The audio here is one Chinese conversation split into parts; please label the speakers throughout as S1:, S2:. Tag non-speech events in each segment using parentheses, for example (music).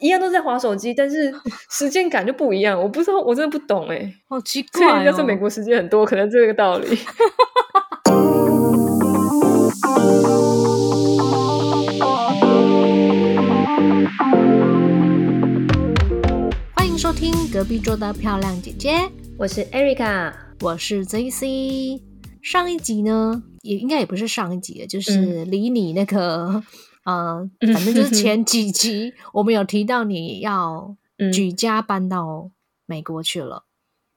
S1: 一样都在划手机，但 (laughs) 是时间感就不一样。我不知道，我真的不懂哎、
S2: 好奇
S1: 所
S2: 怪、
S1: 以
S2: 哦。
S1: 人家说美国时间很多，可能这个道理。
S2: 欢迎收听《隔壁桌的漂亮姐姐》，
S1: (laughs) 我是 Erica，
S2: 我是 JC。上一集呢，也应该也不是上一集了，就是离你那个、呃，
S1: 嗯
S2: 反正就是前几
S1: (laughs)
S2: 集我们有提到你要
S1: 嗯
S2: 举家搬到美国去了。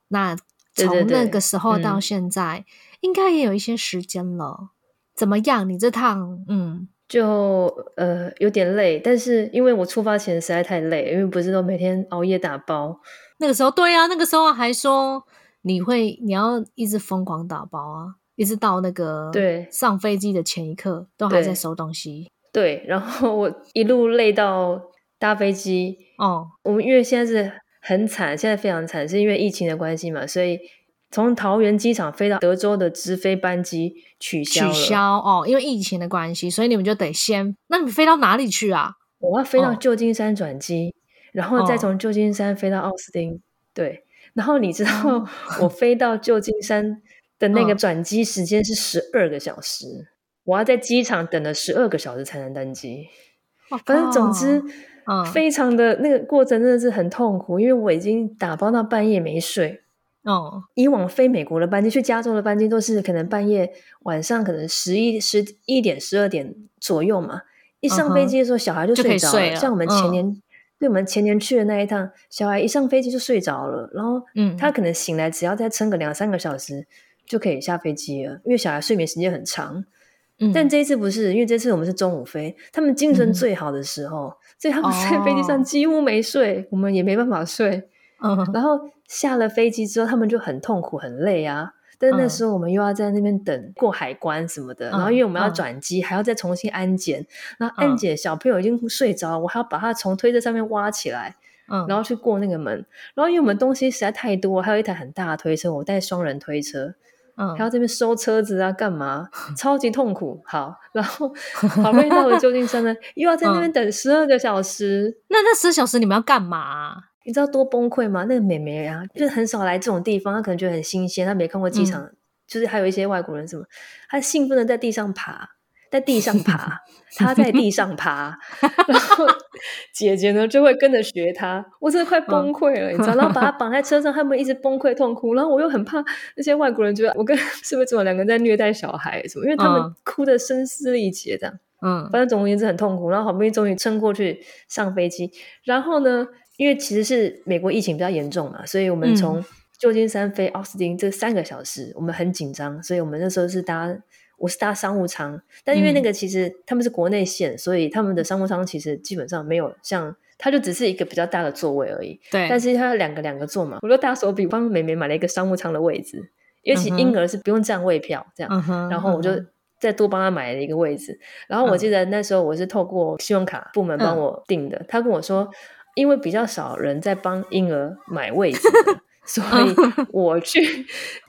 S2: 那
S1: 对对
S2: 从那
S1: 对
S2: 个时候到
S1: 嗯
S2: 现在，应该也有一些时间了。怎么样？你这趟嗯，
S1: 就呃有点累，但是因为我出发前实在太累了，因为不是都每天熬夜打包，
S2: 那个时候对啊，那个时候还说你会你要一直疯狂打包啊，一直到那个
S1: 对
S2: 上飞机的前一刻都还在
S1: 对
S2: 收东西
S1: 对，然后我一路累到搭飞机。
S2: 哦。
S1: 我们因为现在是很惨，现在非常惨，是因为疫情的关系嘛，所以从桃园机场飞到德州的直飞班机取消
S2: 取
S1: 了。
S2: 消哦，因为疫情的关系，所以你们就得先。那你们飞到哪里去啊？
S1: 我要飞到
S2: 哦
S1: 旧金山转机，然后再
S2: 哦
S1: 从旧金山飞到奥斯汀。对，然后你知道 (laughs) 我飞到旧金山的那个
S2: 哦嗯
S1: 转机时间是十二个小时，我要在机场等了十二个小时才能登机。
S2: 我
S1: 反正总之
S2: 靠，嗯
S1: 非常的那个过程真的是很痛苦，因为我已经打包到半夜没睡。
S2: 哦
S1: 以往飞美国的班机去加州的班机都是可能半夜晚上可能十一十一点十二点左右嘛，一
S2: 嗯
S1: 上
S2: 哼
S1: 飞机的时候小孩就
S2: 就可
S1: 睡
S2: 以
S1: 着
S2: 睡了
S1: 像我们前
S2: 嗯
S1: 年、对我们前年去的那一趟，小孩一上飞机就睡着了，然后
S2: 嗯
S1: 他可能醒来只要再撑个两三个小时就可以下飞机了，因为小孩睡眠时间很长。
S2: 嗯，
S1: 但这一次不是，因为这次我们是中午飞，他们精神
S2: 嗯
S1: 最好的时候，所以他们在飞机
S2: 哦
S1: 上几乎没睡，我们也没办法睡。
S2: 嗯
S1: 然后下了飞机之后，他们就很痛苦、很累啊。但是那时候我们又要在那边等过海关什么的，然后因为我们要
S2: 嗯嗯
S1: 转机，还要再重新安检。然后
S2: 嗯
S1: 安检小朋友已经睡着，我还要把他从推车上面挖起来，
S2: 嗯，
S1: 然后去过那个门。然后因为我们东西实在太多，还有一台很大的推车，我带双人推车，
S2: 嗯
S1: 还要这边收车子啊，干
S2: (laughs)
S1: 嘛？超级痛苦。好，然后 (laughs) 好不容易到了旧金山呢，又要在
S2: 嗯
S1: 那边等十二个小时，
S2: 那那十小时你们要干嘛啊？
S1: 你知道多崩溃吗？那个美眉啊，就是很少来这种地方，她可能觉得很新鲜，她没看过机场，就是还有一些外国人什么，她兴奋的在地上爬，在地上爬，她在地上爬，然后姐姐呢就会跟着学她，我真的快崩溃了，你知道，然后把她绑在车上，他们一直崩溃痛哭，然后我又很怕那些外国人觉得我跟 (laughs) 是不是这种两个人在虐待小孩什么，因为他们
S2: 嗯
S1: 哭的声嘶力竭这样。
S2: 嗯
S1: 反正总而言之很痛苦。然后好不容易终于撑过去上飞机，然后呢，因为其实是美国疫情比较严重嘛，所以我们
S2: 嗯
S1: 从旧金山飞奥斯汀这三个小时，我们很紧张，所以我们那时候是搭我是搭商务舱，但因为那
S2: 嗯
S1: 个其实他们是国内线，所以他们的商务舱其实基本上没有像。它就只是一个比较大的座位而已，
S2: 对，
S1: 但是它有两个两个座嘛，我就大手笔帮美美买了一个商务舱的位置，因为其实
S2: 嗯哼
S1: 婴儿是不用占位票这样，
S2: 嗯哼，
S1: 然后我就
S2: 嗯哼嗯
S1: 再多帮他买了一个位置。然后我记得那时候我是透过信用卡部门帮我订的，他跟我说，因为比较少人在帮婴儿买位置
S2: (laughs)
S1: 的所以
S2: 嗯
S1: 我去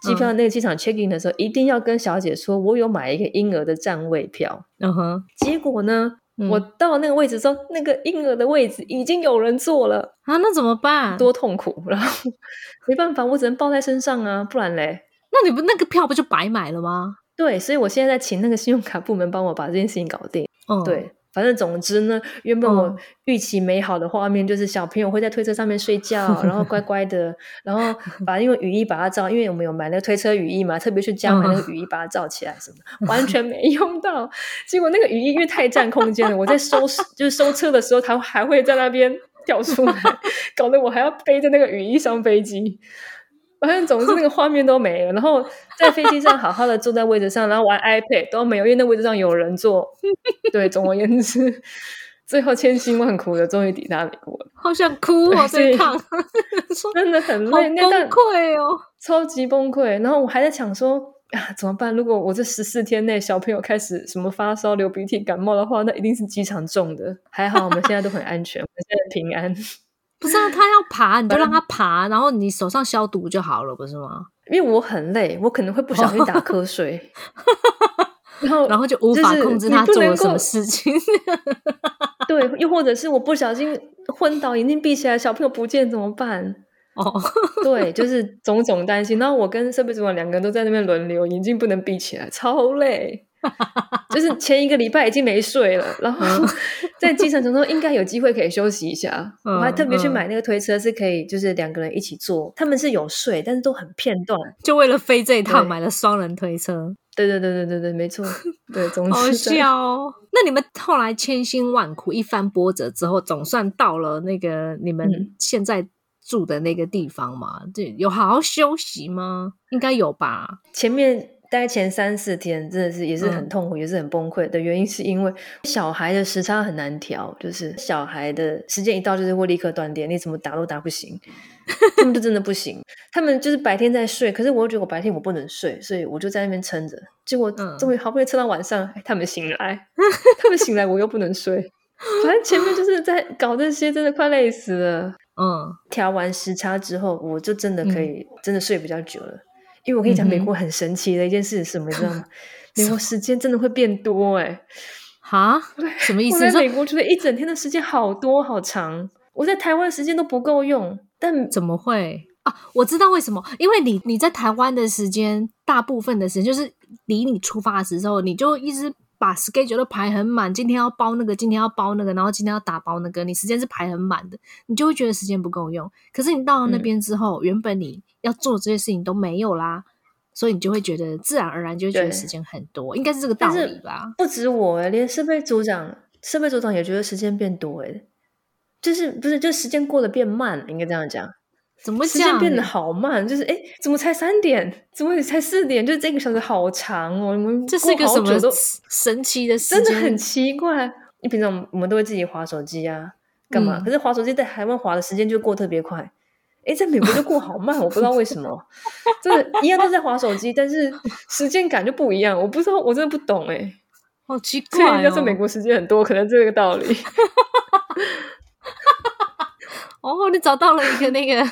S1: 机票那个机场 check in 的时候，一定要跟小姐说我有买一个婴儿的占位票。
S2: 嗯哼，
S1: 结果呢，
S2: 嗯
S1: 我到那个位置之后，那个婴儿的位置已经有人坐了，
S2: 啊，那怎么办？
S1: 多痛苦！ (laughs) 然后没办法，我只能抱在身上啊，不然嘞。
S2: 那你不那个票不就白买了吗？
S1: 对，所以我现在在请那个信用卡部门帮我把这件事情搞定。
S2: 嗯，，
S1: 对，反正总之呢，原本我
S2: 嗯
S1: 预期美好的画面就是小朋友会在推车上面睡觉，然后乖乖的，然后把因为雨衣把它罩，因为我们有买那个推车雨衣嘛，特别去加买那个雨
S2: 嗯
S1: 衣把它罩起来什么的，完全没用到。结果那个雨衣因为太占空间了，我在收拾就是收车的时候，它还会在那边跳出来，搞得我还要背着那个雨衣上飞机。反正总之那个画面都没了，然后在飞机上好好的坐在位置上，然后玩 iPad 都没有，因为那位置上有人坐，对，总而言之，最后千辛万苦的终于抵达美国了，
S2: 好想哭
S1: 对所
S2: 哦，这一
S1: 以
S2: 趟， (laughs) 说
S1: 真的很
S2: 好
S1: 累，
S2: 崩
S1: 那段
S2: 溃哦。
S1: 超级崩溃。然后我还在想说啊，怎么办？如果我这十四天内小朋友开始什么发烧、流鼻涕、感冒的话，那一定是机场中的。还好我们现在都很安全，我们现在平安。
S2: 不是啊，他要爬，你就让他爬，然后你手上消毒就好了，不是吗？
S1: 因为我很累，我可能会不小心打瞌睡，然后
S2: (laughs) 哦然后就无法控制他
S1: 就是
S2: 做
S1: 你不能
S2: 了什么
S1: 够
S2: 事情。
S1: 对，又或者是我不小心昏倒，眼睛闭起来，小朋友不见怎么办？
S2: 哦， (laughs)
S1: 对，就是种种担心。然后我跟设备主管两个人都在那边轮流，眼睛不能闭起来，超累。就是前一个礼拜已经没睡了，然后 (laughs) 在计程车中应该有机会可以休息一下。
S2: 嗯
S1: 我还特别去买那个推车，是可以就是两个人一起坐，他们是有睡，但是都很片段。
S2: 就为了飞这一趟
S1: 对
S2: 买了双人推车，
S1: 对对对对对对，没错，对，总
S2: (laughs) 好
S1: 之这样
S2: 笑哦。 (laughs) 那你们后来千辛万苦一番波折之后，总算到了那个你们
S1: 嗯
S2: 现在住的那个地方嘛？对，有好好休息吗？应该有吧。
S1: 前面大概前三四天真的是也是很
S2: 嗯
S1: 痛苦，也是很崩溃的原因，是因为小孩的时差很难调，就是小孩的时间一到就是会立刻断电，你怎么打都打不
S2: (laughs)
S1: 醒，他们就真的不行。他们就是白天在睡，可是我又觉得我白天我不能睡，所以我就在那边撑着。结果
S2: 嗯
S1: 终于好不容易撑到晚上，哎他们醒
S2: (laughs)
S1: 来，他们醒来我又不能睡，反正前面就是在搞这些，真的快累死了。
S2: 嗯，
S1: 调完时差之后，我就真的可以、真的睡比较久了。因为我跟你讲，
S2: 嗯哼
S1: 美国很神奇的一件事是什么，你知道
S2: (laughs)
S1: 吗？美国时间真的会变多哎、
S2: 哈，什么意 (laughs)
S1: 我
S2: 思？
S1: 在
S2: 你说
S1: 美国觉得一整天的时间好多好长，我在台湾时间都不够用。但
S2: 怎么会啊？我知道为什么，因为你你在台湾的时间，大部分的时间就是离你出发的时候，你就一直把 schedule 都排很满，今天要包那个，今天要包那个，然后今天要打包那个，你时间是排很满的，你就会觉得时间不够用。可是你到
S1: 嗯
S2: 了那边之后，原本你要做这些事情都没有啦。所以你就会觉得自然而然就会觉得
S1: 对
S2: 时间很多，应该是这个道
S1: 但是
S2: 理吧？
S1: 不止我、欸，连设备组长、设备组长也觉得时间变多哎、就是不是就时间过得变慢，应该这样讲。
S2: 怎么
S1: 时间
S2: 讲？
S1: 变得好慢，就是哎、诶怎么才三点？怎么才四点？就是这个小时好长哦，我们
S2: 这是
S1: 过
S2: 个
S1: 好
S2: 什么
S1: 久都
S2: 神奇的时
S1: 真
S2: 间？
S1: 的很奇怪。你平常我们都会自己划手机啊，干嘛？
S2: 嗯
S1: 可是划手机在台湾划的时间就过特别快，诶，在美国就过好慢，我不知道为什么。 (laughs) 真的，一样都在划手机，但是时间感就不一样。我不知道，我真的不懂哎、
S2: 好奇
S1: 所以
S2: 怪、哦。
S1: 人家说美国时间很多，可能这个道理。 (laughs)
S2: 哦，你找到了一个那 (laughs) 个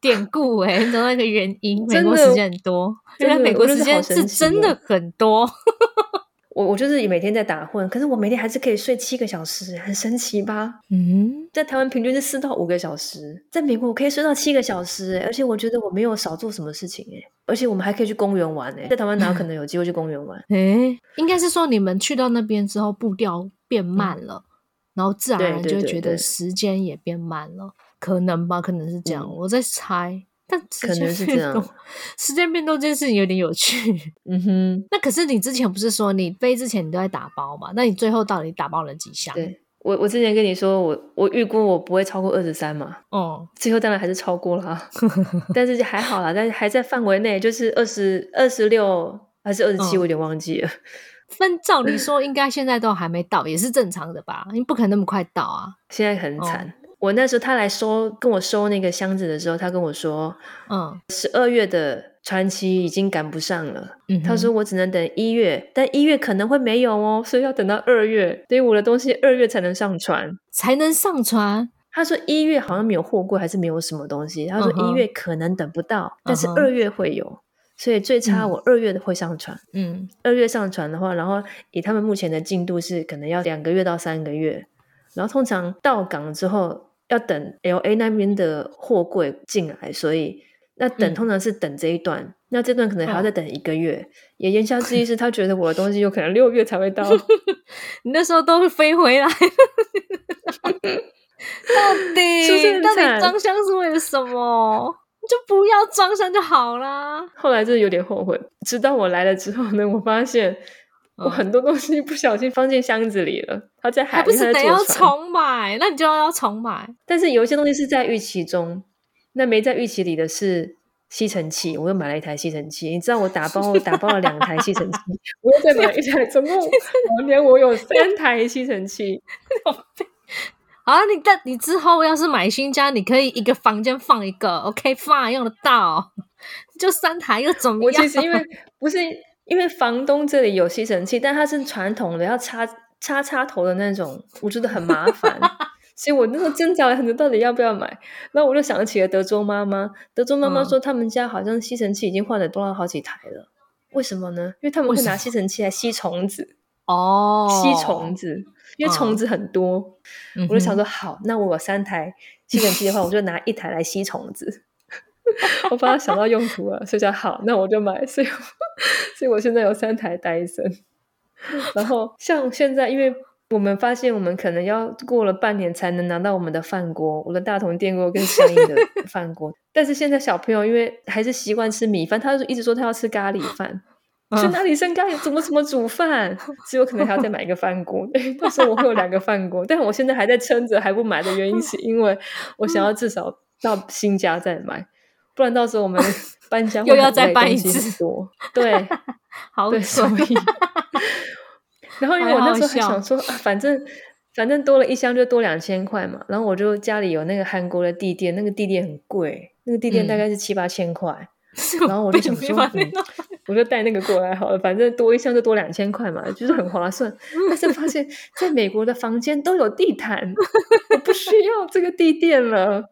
S2: 典故哎、你找到一个原因。美
S1: 真
S2: 国
S1: 的
S2: 时间很多，
S1: 真
S2: 原来
S1: 的
S2: 美
S1: 我
S2: 国
S1: 觉得
S2: 时
S1: 好
S2: 间
S1: 神
S2: 是
S1: 奇
S2: 真的
S1: 哦
S2: 很多。
S1: 我我就是每天在打混，可是我每天还是可以睡七个小时，很神奇吧？
S2: 嗯，
S1: 在台湾平均是四到五个小时，在美国我可以睡到七个小时、欸，而且我觉得我没有少做什么事情、欸，而且我们还可以去公园玩、欸，在台湾哪有可能有机会去公园玩？
S2: 哎、应该是说你们去到那边之后步调变慢了，然后自然而
S1: 对
S2: 然
S1: 对
S2: 就会
S1: 对
S2: 觉
S1: 对
S2: 得时间也变慢了，可能吧？可能是这样，
S1: 嗯
S2: 我在猜。但时
S1: 可
S2: 间
S1: 能是
S2: 变
S1: 这样
S2: 动，时间变动这件事情有点有趣。 (laughs)
S1: 嗯哼，
S2: 那可是你之前不是说你飞之前你都在打包嘛？那你最后到底打包了几箱？
S1: 对我我之前跟你说，我我预估我不会超过二十三嘛，
S2: 哦，
S1: 最后当然还是超过了 (laughs) 啊，但是还好啦，但是还在范围内，就是二十二十六还是二十七，我
S2: 嗯
S1: 有点忘记了。
S2: 但照理说，应该现在都还没到，也是正常的吧？你不可能那么快到啊。
S1: 现在很惨。我那时候他来收跟我收那个箱子的时候，他跟我说
S2: 嗯
S1: 十二月的传奇已经赶不上了。
S2: 嗯哼，
S1: 他说我只能等一月，但一月可能会没有哦，所以要等到二月，所以我的东西二月才能上传。
S2: 才能上传。
S1: 他说一月好像没有货柜，还是没有什么东西。他说
S2: 嗯哼
S1: 一月可能等不到，但是
S2: 嗯哼
S1: 二月会有，所以最差
S2: 嗯
S1: 我二月会上传。 (laughs)
S2: 嗯，
S1: 二月上传的话，然后以他们目前的进度是可能要两个月到三个月，然后通常到港之后要等 L A 那边的货柜进来，所以那等
S2: 嗯哦
S1: 通常是等这一段，那这段可能还要再等一个月。也言下之意是他觉得我的东西有可能六月才会到， (laughs)
S2: 你那时候都会飞回来。到底
S1: 是不是很
S2: 到
S1: 惨
S2: 底装箱是为了什么？你就不要装箱就好啦。
S1: 后来真的有点后悔。直到我来了之后呢，我发现
S2: 嗯
S1: 我很多东西不小心放进箱子里了，他在海
S2: 还不是
S1: 他在
S2: 得
S1: 坐
S2: 要
S1: 船
S2: 重买？那你就要重买。
S1: 但是有一些东西是在预期中，那没在预期里的是吸尘器，我又买了一台吸尘器。你知道我打 (laughs) 包我打包了两台吸尘器，我又再买了一台， (laughs) 总共我连我有三台吸尘器。
S2: 好啊，你但你之后要是买新家，你可以一个房间放一个，OK fine 用得到，就三台又怎么
S1: 我
S2: 样？
S1: 其实因为不是因为房东这里有吸尘器，但它是传统的，要插插插头的那种，我觉得很麻烦。所以我那时候挣扎了很久，到底要不要买？然后我就想起了德州妈妈，德州妈妈
S2: 嗯
S1: 说他们家好像吸尘器已经换了多少好几台了，为什么呢？因为他们
S2: 为
S1: 会
S2: 什么
S1: 拿吸尘器来吸虫子。
S2: 哦，
S1: 吸虫子，因为虫子很多，
S2: 嗯
S1: 我就
S2: 哼
S1: 想说好，那我有三台吸尘器的话，我就拿一台来吸虫子。 (laughs) 我把它想到用途了，所以想好，那我就买。所以我，所以我现在有三台戴森。然后像现在，因为我们发现我们可能要过了半年才能拿到我们的饭锅，我的大同电锅跟相应的饭锅。 (laughs) 但是现在小朋友因为还是习惯吃米饭，他就一直说他要吃咖喱饭。
S2: (laughs)
S1: 去
S2: 嗯
S1: 哪里生咖喱？怎么怎么煮
S2: (laughs)
S1: 饭？所以我可能还要再买一个饭锅。 (laughs) 对，到时候我会有两个饭锅，但我现在还在撑着，还不买的原因是因为我想要至少到新家再
S2: (laughs)
S1: 买，不然到时候我们搬家会
S2: 又要
S1: 很
S2: 再
S1: 累
S2: 搬
S1: 东
S2: 一
S1: 西
S2: 次
S1: 很多。对，
S2: (laughs) 好
S1: 对，所
S2: 蠢，
S1: 以， (laughs) 然后因为我
S2: 还好
S1: 那时候还
S2: 笑
S1: 想说，啊、反正反正多了一箱就多两千块嘛，然后我就家里有那个韩国的地垫，那个地垫很贵，那个地垫大
S2: 嗯
S1: 概是七八千块。
S2: (laughs) 是有
S1: 然后我就
S2: 病
S1: 想
S2: 没
S1: 说
S2: 完
S1: 嗯
S2: 没了
S1: 我就带那个过来好了，反正多一箱就多两千块嘛，就是很划算。
S2: 嗯
S1: (laughs) 但是发现在美国的房间都有地毯，我不需要这个地垫了。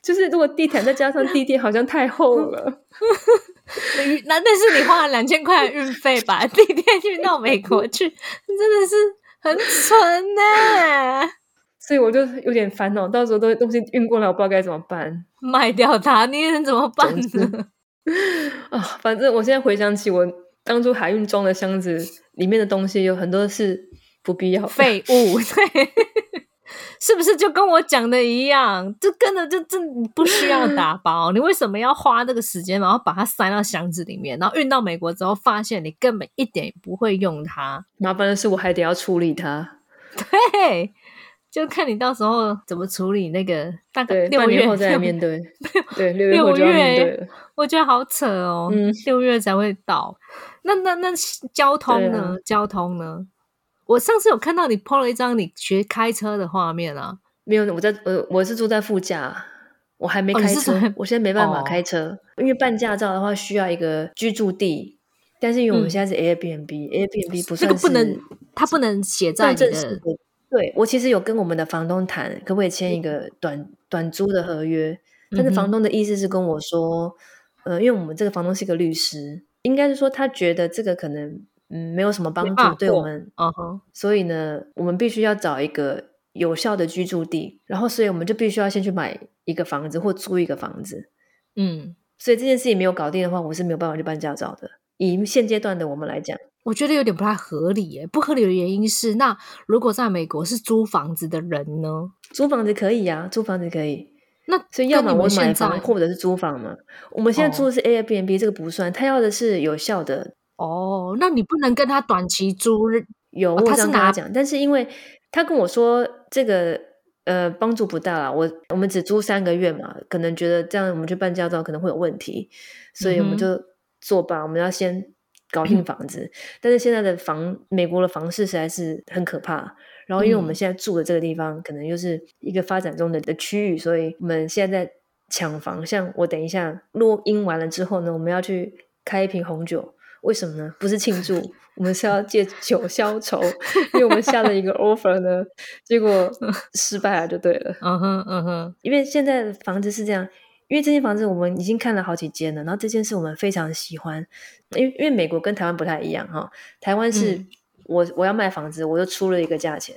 S1: 就是如果地毯再加上地垫，好像太厚了。
S2: 你那那是你花了两千块的运费吧？地铁运到美
S1: (laughs)
S2: 国去，真的是很蠢呢、
S1: 所以我就有点烦恼，到时候东东西运过来，我不知道该怎么办
S2: 卖掉它，你能怎么办
S1: 总之
S2: (laughs) 呢？
S1: 啊！反正我现在回想起我当初海运装的箱子里面的东西，有很多是不必要的。
S2: 废物，对，是不是就跟我讲的一样？这根本就这你不需要打包，你为什么要花这个时间，然后把它塞到箱子里面，然后运到美国之后，发现你根本一点也不会用它？
S1: 麻烦的是，我还得要处理它。
S2: 对，就看你到时候怎么处理那个大
S1: 对，
S2: 概六
S1: 半
S2: 月
S1: 年后再来
S2: 六
S1: 面对。对，六月后
S2: 六
S1: 就要面
S2: 月
S1: 对了。
S2: 我觉得好扯哦，
S1: 嗯
S2: 六月才会到。那那那交通
S1: 对啊
S2: 呢？交通呢？我上次有看到你 PO 了一张你学开车的画面啊，
S1: 没有，我在呃，我是住在副驾，我还没
S2: 哦你
S1: 开
S2: 是
S1: 车，
S2: 住在
S1: 我现在没办法
S2: 哦
S1: 开车，因为办驾照的话需要一个居住地，但是因为我们
S2: 嗯哦
S1: 现在是 Airbnb，Airbnb、不
S2: 这
S1: 算
S2: 个不
S1: 是
S2: 能，它不能写
S1: 算
S2: 在你
S1: 正式
S2: 的
S1: 的。对我其实有跟我们的房东谈，可不可以签一个短短租的合约，但是
S2: 嗯哼
S1: 房东的意思是跟我说，呃，因为我们这个房东是一个律师，应该是说他觉得这个可能嗯没有什么帮
S2: 办
S1: 助，
S2: 法
S1: 对我
S2: 过
S1: 们
S2: 嗯哼，
S1: 所以呢，我们必须要找一个有效的居住地，然后所以我们就必须要先去买一个房子或租一个房子。
S2: 嗯，
S1: 所以这件事情没有搞定的话，我是没有办法去办驾照的。以现阶段的我们来讲，
S2: 我觉得有点不太合理耶。不合理的原因是，那如果在美国是租房子的人呢？
S1: 租房子可以呀、租房子可以。
S2: 那
S1: 所以要
S2: 跟
S1: 么
S2: 你
S1: 我
S2: 们
S1: 买
S2: 现在
S1: 房，或者是租房嘛。我们现在
S2: 哦
S1: 租的是 Airbnb，、这个不算。他要的是有效的，
S2: 哦，那你不能跟他短期租日
S1: 有
S2: 哦
S1: 我
S2: 他
S1: 有
S2: 是
S1: 这样跟他
S2: 拿
S1: 讲，但是因为他跟我说这个呃帮助不大啦，我我们只租三个月嘛，可能觉得这样我们去办驾照可能会有问题，所以我们
S2: 嗯哼
S1: 就作罢，我们要先搞定房子。但是现在的房，美国的房市实在是很可怕。然后因为我们
S2: 嗯
S1: 现在住的这个地方，可能又是一个发展中的的区域，所以我们现在在抢房。像我等一下录音完了之后呢，我们要去开一瓶红酒，为什么呢？不是庆祝，我们是要借酒消愁，因为我们下了一个 offer 呢，结果失败了就对了。
S2: 嗯哼嗯哼，
S1: 因为现在的房子是这样，因为这间房子我们已经看了好几间了，然后这间是我们非常喜欢，因为因为美国跟台湾不太一样哈、台湾是、
S2: 嗯
S1: 我我要卖房子，我就出了一个价钱，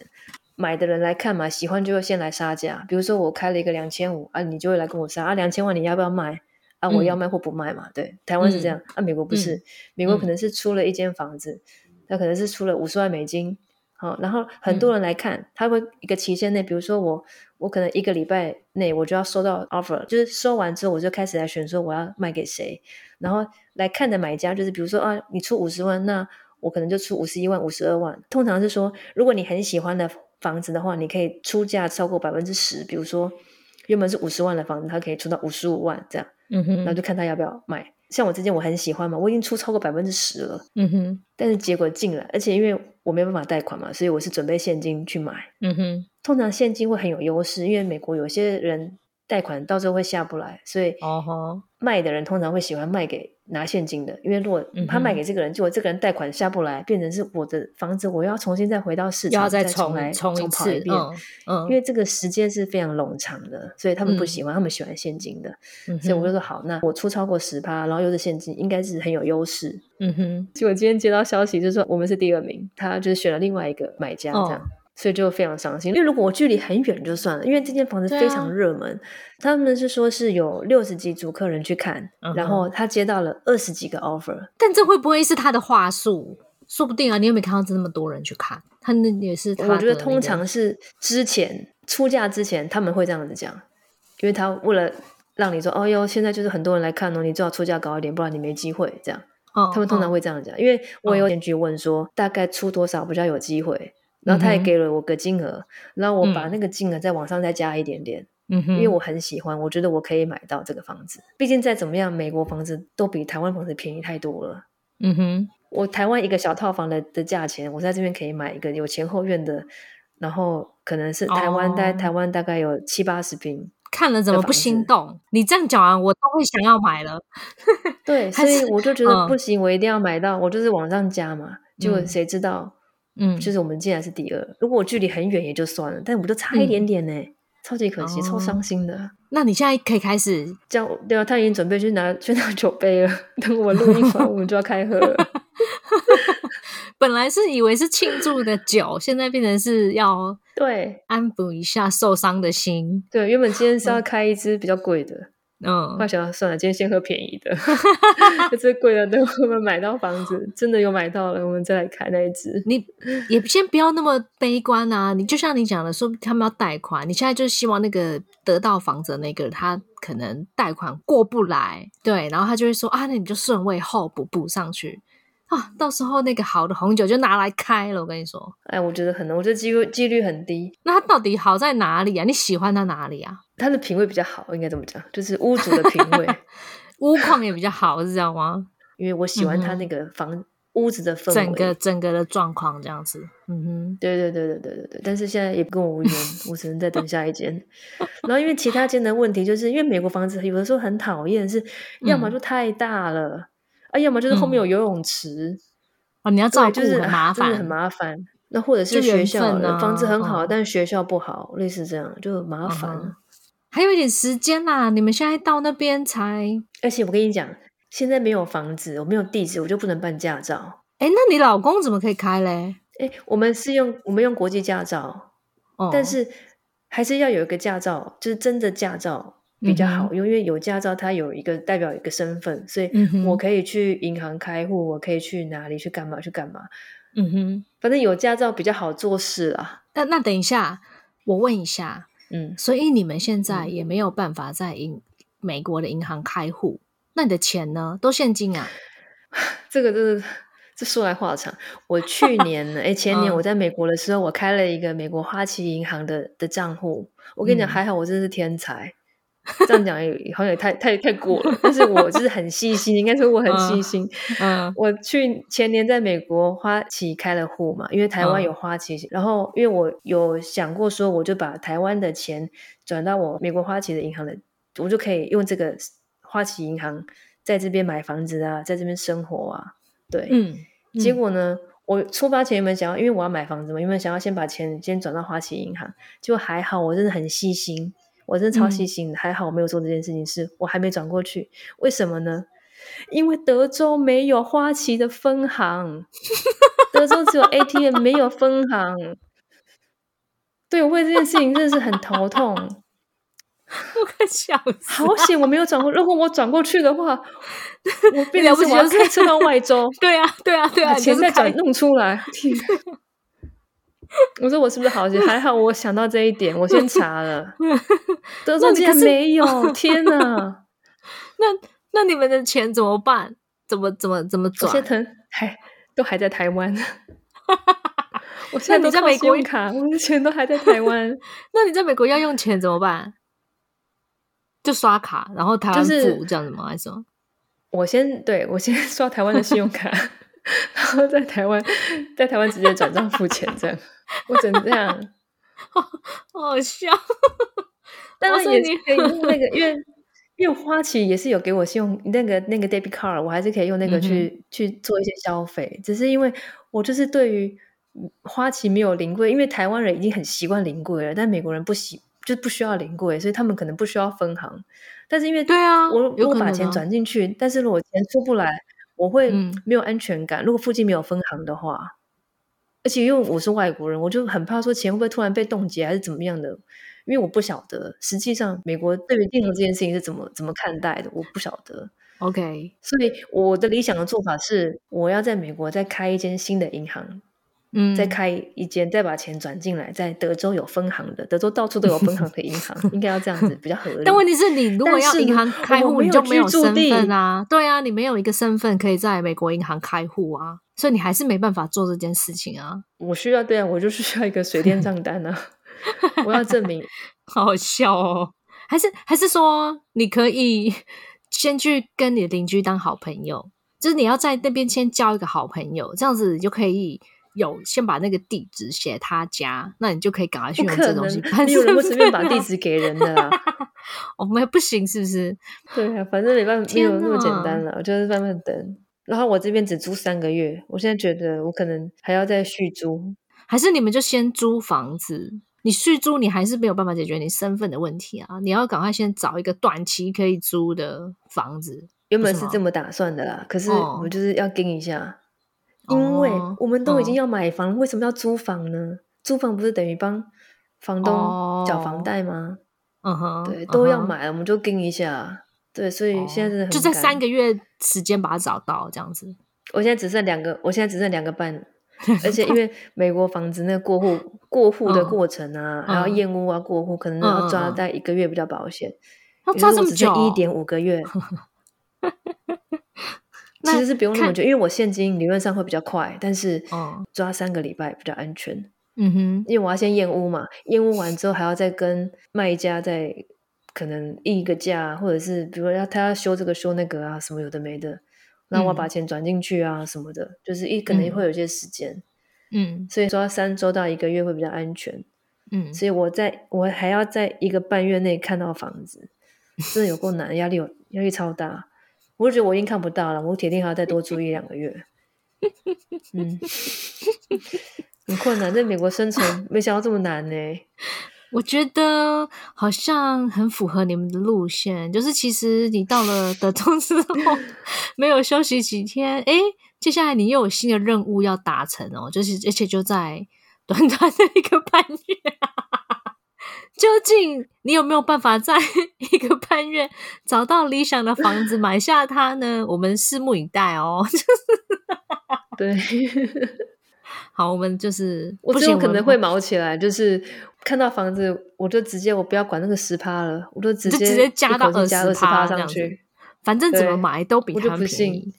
S1: 买的人来看嘛，喜欢就会先来杀价，比如说我开了一个两千五啊，你就会来跟我杀啊，两千万你要不要卖？啊，我要卖或不卖嘛，对，台湾是这样，啊，美国不是，美国可能是出了一间房子，那可能是出了五十万美金，好、然后很多人来看，他会一个期限内，比如说我，我可能一个礼拜内我就要收到 offer，就是收完之后我就开始来选说我要卖给谁，然后来看的买家就是比如说啊，你出五十万，那我可能就出五十一万、五十二万。通常是说，如果你很喜欢的房子的话，你可以出价超过百分之十，比如说原本是五十万的房子，它可以出到五十五万这样，
S2: 嗯
S1: 然后
S2: 哼，
S1: 就看他要不要买。像我之前我很喜欢嘛，我已经出超过百分之十了。
S2: 嗯哼，
S1: 但是结果进来，而且因为我没有办法贷款嘛，所以我是准备现金去买。
S2: 嗯哼，
S1: 通常现金会很有优势，因为美国有些人贷款到时候会下不来，所以
S2: 哦吼，
S1: 卖的人通常会喜欢卖给拿现金的，因为如果
S2: 嗯哼
S1: 他卖给这个人，结果这个人贷款下不来，变成是我的房子，我要重新再回到市
S2: 又
S1: 场，
S2: 要再
S1: 重来
S2: 重
S1: 重
S2: 一
S1: 跑
S2: 次，
S1: 一遍。
S2: 嗯嗯，
S1: 因为这个时间是非常冗长的，所以他们不
S2: 嗯
S1: 喜欢，他们喜欢现金的，
S2: 嗯
S1: 所以我就
S2: 哼
S1: 说好，那我出超过十趴，然后又是现金，应该是很有优势。
S2: 嗯哼，
S1: 结果今天接到消息，就是说我们是第二名，他就是选了另外一个买家这样。
S2: 哦
S1: 所以就非常伤心。因为如果我距离很远就算了，因为这间房子
S2: 对啊
S1: 非常热门，他们是说是有六十几组客人去看，
S2: 嗯哼
S1: 然后他接到了二十几个 offer，
S2: 但这会不会是他的话术？说不定啊，你有没有看到这么多人去看？他那也是他的那
S1: 我
S2: 个、
S1: 觉得通常是之前出价之前他们会这样子讲，因为他为了让你说，哦哟，现在就是很多人来看哦，你最好出价高一点，不然你没机会。这样，
S2: 哦，
S1: 他们通常
S2: 会
S1: 会这样讲。因为我
S2: 嗯
S1: 有点去问说，大概出多少比较有机会，然后他也
S2: 嗯哼
S1: 给了我个金额，然后我把
S2: 嗯
S1: 那个金额再往上再加一点点，
S2: 嗯哼，
S1: 因为我很喜欢，我觉得我可以买到这个房子。毕竟再怎么样，美国房子都比台湾房子便宜太多了。
S2: 嗯哼，
S1: 我台湾一个小套房的的价钱，我在这边可以买一个有前后院的，然后可能是台湾
S2: 哦
S1: 大、台湾大概有七八十平，
S2: 看了怎么不心动？你这样讲完，我都会想要买了。
S1: 对，
S2: 还
S1: 所以
S2: 是
S1: 我就觉得
S2: 嗯
S1: 不行，我一定要买到，我就是往上加嘛。结果
S2: 嗯
S1: 谁知道，
S2: 嗯，
S1: 就是我们竟然是第二。如果我距离很远也就算了，但我就差一
S2: 嗯
S1: 点点呢、超级可惜，超伤
S2: 哦
S1: 心的。
S2: 那你现在可以开始，
S1: 这样对啊，他已经准备去拿去拿酒杯了，等我录音
S2: (laughs)
S1: 完，我们就要开喝了。
S2: 本来是以为是庆祝的酒，现在变成是要
S1: 对
S2: 安抚一下受伤的心。
S1: 对，原本今天是要开一支比较贵的，
S2: 嗯
S1: 后来，想到算了，今天先喝便宜
S2: (laughs)
S1: 的，这最贵的等我们买到房子，真的有买到了，我们再来开那一只。
S2: 你也先不要那么悲观啊！你就像你讲的，说他们要贷款，你现在就希望那个得到房子的那个他可能贷款过不来，对，然后他就会说啊，那你就顺位候补补上去啊，到时候那个好的红酒就拿来开了。我跟你说，
S1: 哎，我觉得很难，我觉得几率几率很低。
S2: 那它到底好在哪里啊？你喜欢它哪里啊？
S1: 他的品味比较好，应该这么讲，就是屋主的品
S2: (laughs)
S1: 味，
S2: 屋况也比较好，是这样吗？
S1: 因为我喜欢他那个房、屋子的氛围。
S2: 嗯整个整个的状况这样子，嗯哼，
S1: 对对对对对对对，但是现在也跟我无缘，我只能再等下一间。然后因为其他间的问题，就是因为美国房子有的时候很讨厌，是要么
S2: 嗯
S1: 就太大了，啊，要么就是后面有游泳池。
S2: 哦，你要照
S1: 对，
S2: 顾
S1: 就是
S2: 很麻
S1: 真的
S2: 烦，
S1: 很麻烦。那或者
S2: 就是缘
S1: 学校
S2: 分
S1: 的、房子
S2: 啊
S1: 很好，
S2: 嗯
S1: 但学校不好，类似这样就很麻烦。
S2: 嗯哼还有一点时间啦，你们现在到那边才
S1: 而且我跟你讲，现在没有房子，我没有地址，我就不能办驾照。
S2: 哎，那你老公怎么可以开嘞？
S1: 哎，我们是用我们用国际驾照，
S2: 哦，
S1: 但是还是要有一个驾照，就是真的驾照比
S2: 嗯
S1: 较好，因为有驾照它有一个代表一个身份，所以
S2: 嗯哼
S1: 我可以去银行开户，我可以去哪里去干嘛去干嘛，
S2: 嗯哼，
S1: 反正有驾照比较好做事啦。
S2: 那那等一下，我问一下，
S1: 嗯，
S2: 所以你们现在也没有办法在银美国的银行开户，那你的钱呢，都现金啊？
S1: 这个真的，这说来话长。我去年呢，哎，前年
S2: 嗯
S1: 我在美国的时候，我开了一个美国花旗银行的的账户。我跟你讲，
S2: 嗯
S1: 还好我真是天才。这样讲也好像也太太太过了，但是我就是很细心，应该说我很细
S2: 嗯
S1: 心。
S2: 嗯
S1: 我去前年在美国花旗开了户嘛，因为台湾
S2: 嗯
S1: 有花旗，然后因为我有想过说，我就把台湾的钱转到我美国花旗的银行的，我就可以用这个花旗银行在这边买房子啊，在这边生活啊，对。
S2: (laughs) 嗯，
S1: 结
S2: 嗯
S1: 果呢，我出发前有没有想要，因为我要买房子嘛，有没有想要先把钱先转到花旗银行？就还好，我真的很细心，我真的超细
S2: 嗯
S1: 心的，还好我没有做这件事情，是我还没转过去。为什么呢？因为德州没有花旗的分行，德州只有 ATM 没有分行。对，我为这件事情真的是很头
S2: (laughs)
S1: 痛。
S2: (laughs) 我快笑死
S1: 好险我没有转过，如果我转过去的
S2: (laughs)
S1: 话，我变
S2: 了
S1: 成
S2: 不
S1: 是
S2: 起
S1: 我要
S2: 就是
S1: 开车到外州。
S2: 对啊，对啊，对啊，
S1: 把
S2: 你
S1: 钱
S2: 就是
S1: 再
S2: 开
S1: 转弄出
S2: (laughs)
S1: 来。天啊 (laughs) 我说我是不是好险？还好我想到这一点，我先查了。
S2: (laughs)
S1: 德州
S2: 那你
S1: 竟然
S2: 可是
S1: 没
S2: (laughs)
S1: 有，天哪！
S2: 那那你们的钱怎么办？怎么怎么怎么
S1: 我
S2: 转
S1: 现？在疼还都还在台
S2: (laughs)
S1: 湾。我
S2: 那
S1: 现在
S2: 你
S1: 都
S2: 在
S1: 靠
S2: 美
S1: 信
S2: 国
S1: 用卡，我的钱都还在台湾，
S2: 那你在美国要用钱怎么办？就刷卡，然后台湾
S1: 就是
S2: 付这样子吗？还是什么？
S1: 我先对我先 (laughs) 刷台湾的信用卡，然后在台湾在台湾直接转账付钱，这样我只能这样。
S2: 好好笑。
S1: 当
S2: (laughs) 哦
S1: 然
S2: 所以
S1: 也是
S2: 你
S1: 可以用那
S2: (laughs)
S1: 个，因为因为花旗也是有给我信用那个那个 debit card，我还是可以用那个
S2: 嗯哼
S1: 去、去做一些消费。只是因为我就是对于嗯花旗没有临柜，因为台湾人已经很习惯临柜了，但美国人不习就不需要临柜，所以他们可能不需要分行。但是因为
S2: 对啊
S1: 我
S2: 有
S1: 如果
S2: 可
S1: 把
S2: 能
S1: 钱
S2: 啊
S1: 转进去，但是如果钱出不来，我会
S2: 嗯
S1: 没有安全感。如果附近没有分行的话，而且因为我是外国人，我就很怕说钱会不会突然被冻结还是怎么样的，因为我不晓得实际上美国对于电邮这件事情是怎么怎么看待的，我不晓得。
S2: OK，
S1: 所以我的理想的做法是，我要在美国再开一间新的银行，
S2: 嗯，
S1: 再开一间，再把钱转进来，在德州有分行的，德州到处都有分行的银行，应该要这样子比较合理。
S2: (laughs) 但问题是你如果
S1: 但
S2: 要
S1: 是呢
S2: 银行开
S1: 我
S2: 户，
S1: 没
S2: 你
S1: 有
S2: 就没有
S1: 居住
S2: 身
S1: 地
S2: 份啊。对啊，你没有一个身份可以在美国银行开户啊，所以你还是没办法做这件事情
S1: (laughs)
S2: 啊。
S1: 我需要对啊，我就是需要一个水电账单
S2: (laughs)
S1: 啊，我要证明
S2: 好好笑哦！还是还是说，你可以先去跟你的邻居当好朋友，就是你要在那边先交一个好朋友，这样子你就可以有先把那个地址写他家，那你就可以赶快去
S1: 不
S2: 用
S1: 可
S2: 这东西
S1: 能，
S2: 办
S1: 没有
S2: 身
S1: 人会
S2: 份
S1: 随便把
S2: 啊
S1: 地，址给人的啦。
S2: (laughs) 我们不行是不是？
S1: 对啊，反正没办法，没有那么简
S2: 天
S1: 单了，我就是慢慢等。然后我这边只租三个月，我现在觉得我可能还要再续租，
S2: 还是你们就先租房子？你续租你还是没有办法解决你身份的问题啊！你要赶快先找一个短期可以租的房子。
S1: 原本
S2: 为什
S1: 是
S2: 么
S1: 这么打算的啦，可是
S2: 哦
S1: 我就是要盯一下，因为
S2: 哦
S1: 我们都已经
S2: 嗯
S1: 要买房，为什么要租房呢？租房不是等于帮房东缴房贷吗？
S2: 嗯哼，
S1: 对，
S2: 哦嗯
S1: 都要
S2: 哼
S1: 买，我们就盯一下。啊对，所以现在真的
S2: 哦
S1: 很
S2: 就在
S1: 赶
S2: 三个月时间把它找到，这样子。
S1: 我现在只剩两个，我现在只剩两个
S2: (laughs)
S1: 半，而且因为美国房子那个过户过户的
S2: 嗯
S1: 过程啊，还要
S2: 嗯
S1: 验屋啊，过户可能
S2: 嗯
S1: 要抓
S2: 嗯嗯
S1: 在一个月比较保险。
S2: 要
S1: 也
S2: 抓
S1: 就是
S2: 这
S1: 我
S2: 么
S1: 只剩
S2: 久，
S1: 一点五个月，其
S2: (laughs) 那
S1: 实是不用那么
S2: 看
S1: 久，因为我现金理论上会比较快，但是
S2: 哦
S1: 抓三个礼拜比较安全，
S2: 嗯哼，
S1: 因为我要先验屋嘛，验屋完之后还要再跟卖家再可能议一个价，或者是比如说要他要修这个修那个啊，什么有的没的，那我要把
S2: 嗯
S1: 钱转进去啊什么的，就是一可能
S2: 嗯
S1: 会有一些时间。
S2: 嗯
S1: 所以说三周到一个月会比较安全。
S2: 嗯，
S1: 所以我在我还要在一个半月内看到房
S2: (laughs)
S1: 子，真的有够难，压力有压力超大。我就觉得我已经看不到了，我铁定还要再多住一两个
S2: (laughs)
S1: 月。嗯，很困难，在美国生存，没想到这么难呢、
S2: (laughs) 我觉得好像很符合你们的路线，就是其实你到了德州
S1: (laughs)
S2: 之后，没有休息几天，诶，接下来你又有新的任务要达成哦，就是而且就在 (laughs) 短短的一个半月、究竟你有没有办法在 (laughs) 一个半月找到理想的房子买下它呢？我们拭目以待哦。 (laughs)
S1: 对，
S2: 好，我们就是
S1: 我
S2: 不
S1: 最
S2: 行，
S1: 后可
S2: 们
S1: 能会毛起来，就是看到房子，我就直接我不要管那个十趴了，我就直
S2: 你就
S1: 接
S2: 直接加
S1: 一
S2: 到
S1: 口
S2: 二
S1: 气加
S2: 十
S1: 二十趴
S2: 这
S1: 上
S2: 样子
S1: 去。，
S2: 反正怎么
S1: 对
S2: 买都比
S1: 我就
S2: 他
S1: 不
S2: 们便
S1: 信
S2: 宜。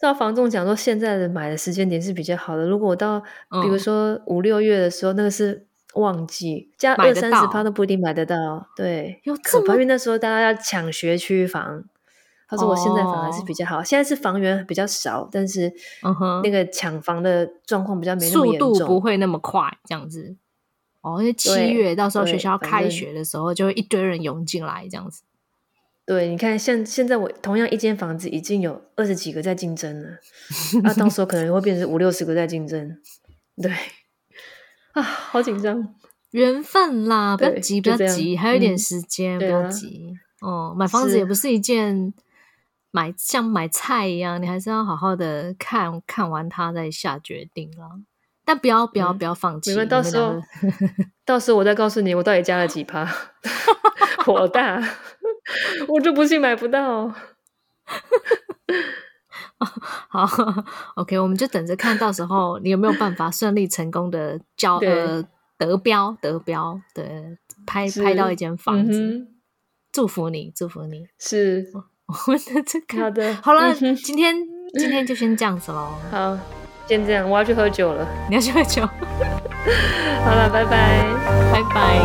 S1: 照房仲讲说，现在的买的时间点是比较好的。如果我到比如
S2: 嗯
S1: 说五六月的时候，那个是旺季，加
S2: 买
S1: 二
S2: 得
S1: 三十
S2: 到
S1: 趴都不一定买得到。对
S2: 有，这
S1: 可怕，
S2: 么
S1: 因为那时候大家要抢学区房。他说我现在反而是比较好，现在是房源比较少，但是
S2: 哦嗯哼
S1: 那个抢房的状况比较没那么
S2: 速
S1: 严
S2: 度不
S1: 重。
S2: 会那么快，这样子。哦，因为七
S1: 对
S2: 月到时候
S1: 对
S2: 学校
S1: 反
S2: 开
S1: 正
S2: 学的时候，就会一堆人涌进来，这样子。
S1: 对，你看，像现在我同样一间房子已经有二十几个在竞争了，那、到时候可能会变成五六十个在竞争。
S2: (laughs)
S1: 对，啊，好紧张。
S2: 缘分啦，不要
S1: 对
S2: 急，不
S1: 就
S2: 要
S1: 这样
S2: 急，还有一点
S1: 嗯
S2: 时间，不
S1: 对
S2: 要
S1: 啊
S2: 急。哦，买房子
S1: 是
S2: 也不是一件买像买菜一样，你还是要好好的看看完它再下决定啦。但不要不要
S1: 嗯
S2: 不要放弃，
S1: 你
S2: 你
S1: 们到时
S2: 两
S1: 候
S2: 个，
S1: 到时候我再告诉你，我到底加了几
S2: (laughs)
S1: 趴，火大，我就不信买不到。嗯
S2: 好，OK，我们就等着看到时候你有没有办法顺利成功的交
S1: 对
S2: 呃得标得标，对，拍
S1: 是
S2: 拍到一间房子，
S1: 嗯哼、
S2: 祝福你，祝福你。
S1: 是
S2: 我们的这
S1: 好
S2: 个
S1: 的，
S2: 好了，
S1: 嗯哼
S2: 今天今天就先这样子喽。
S1: 好，先这样，我要去喝酒了。
S2: 你要去喝酒，
S1: 好了，拜拜。
S2: 拜拜。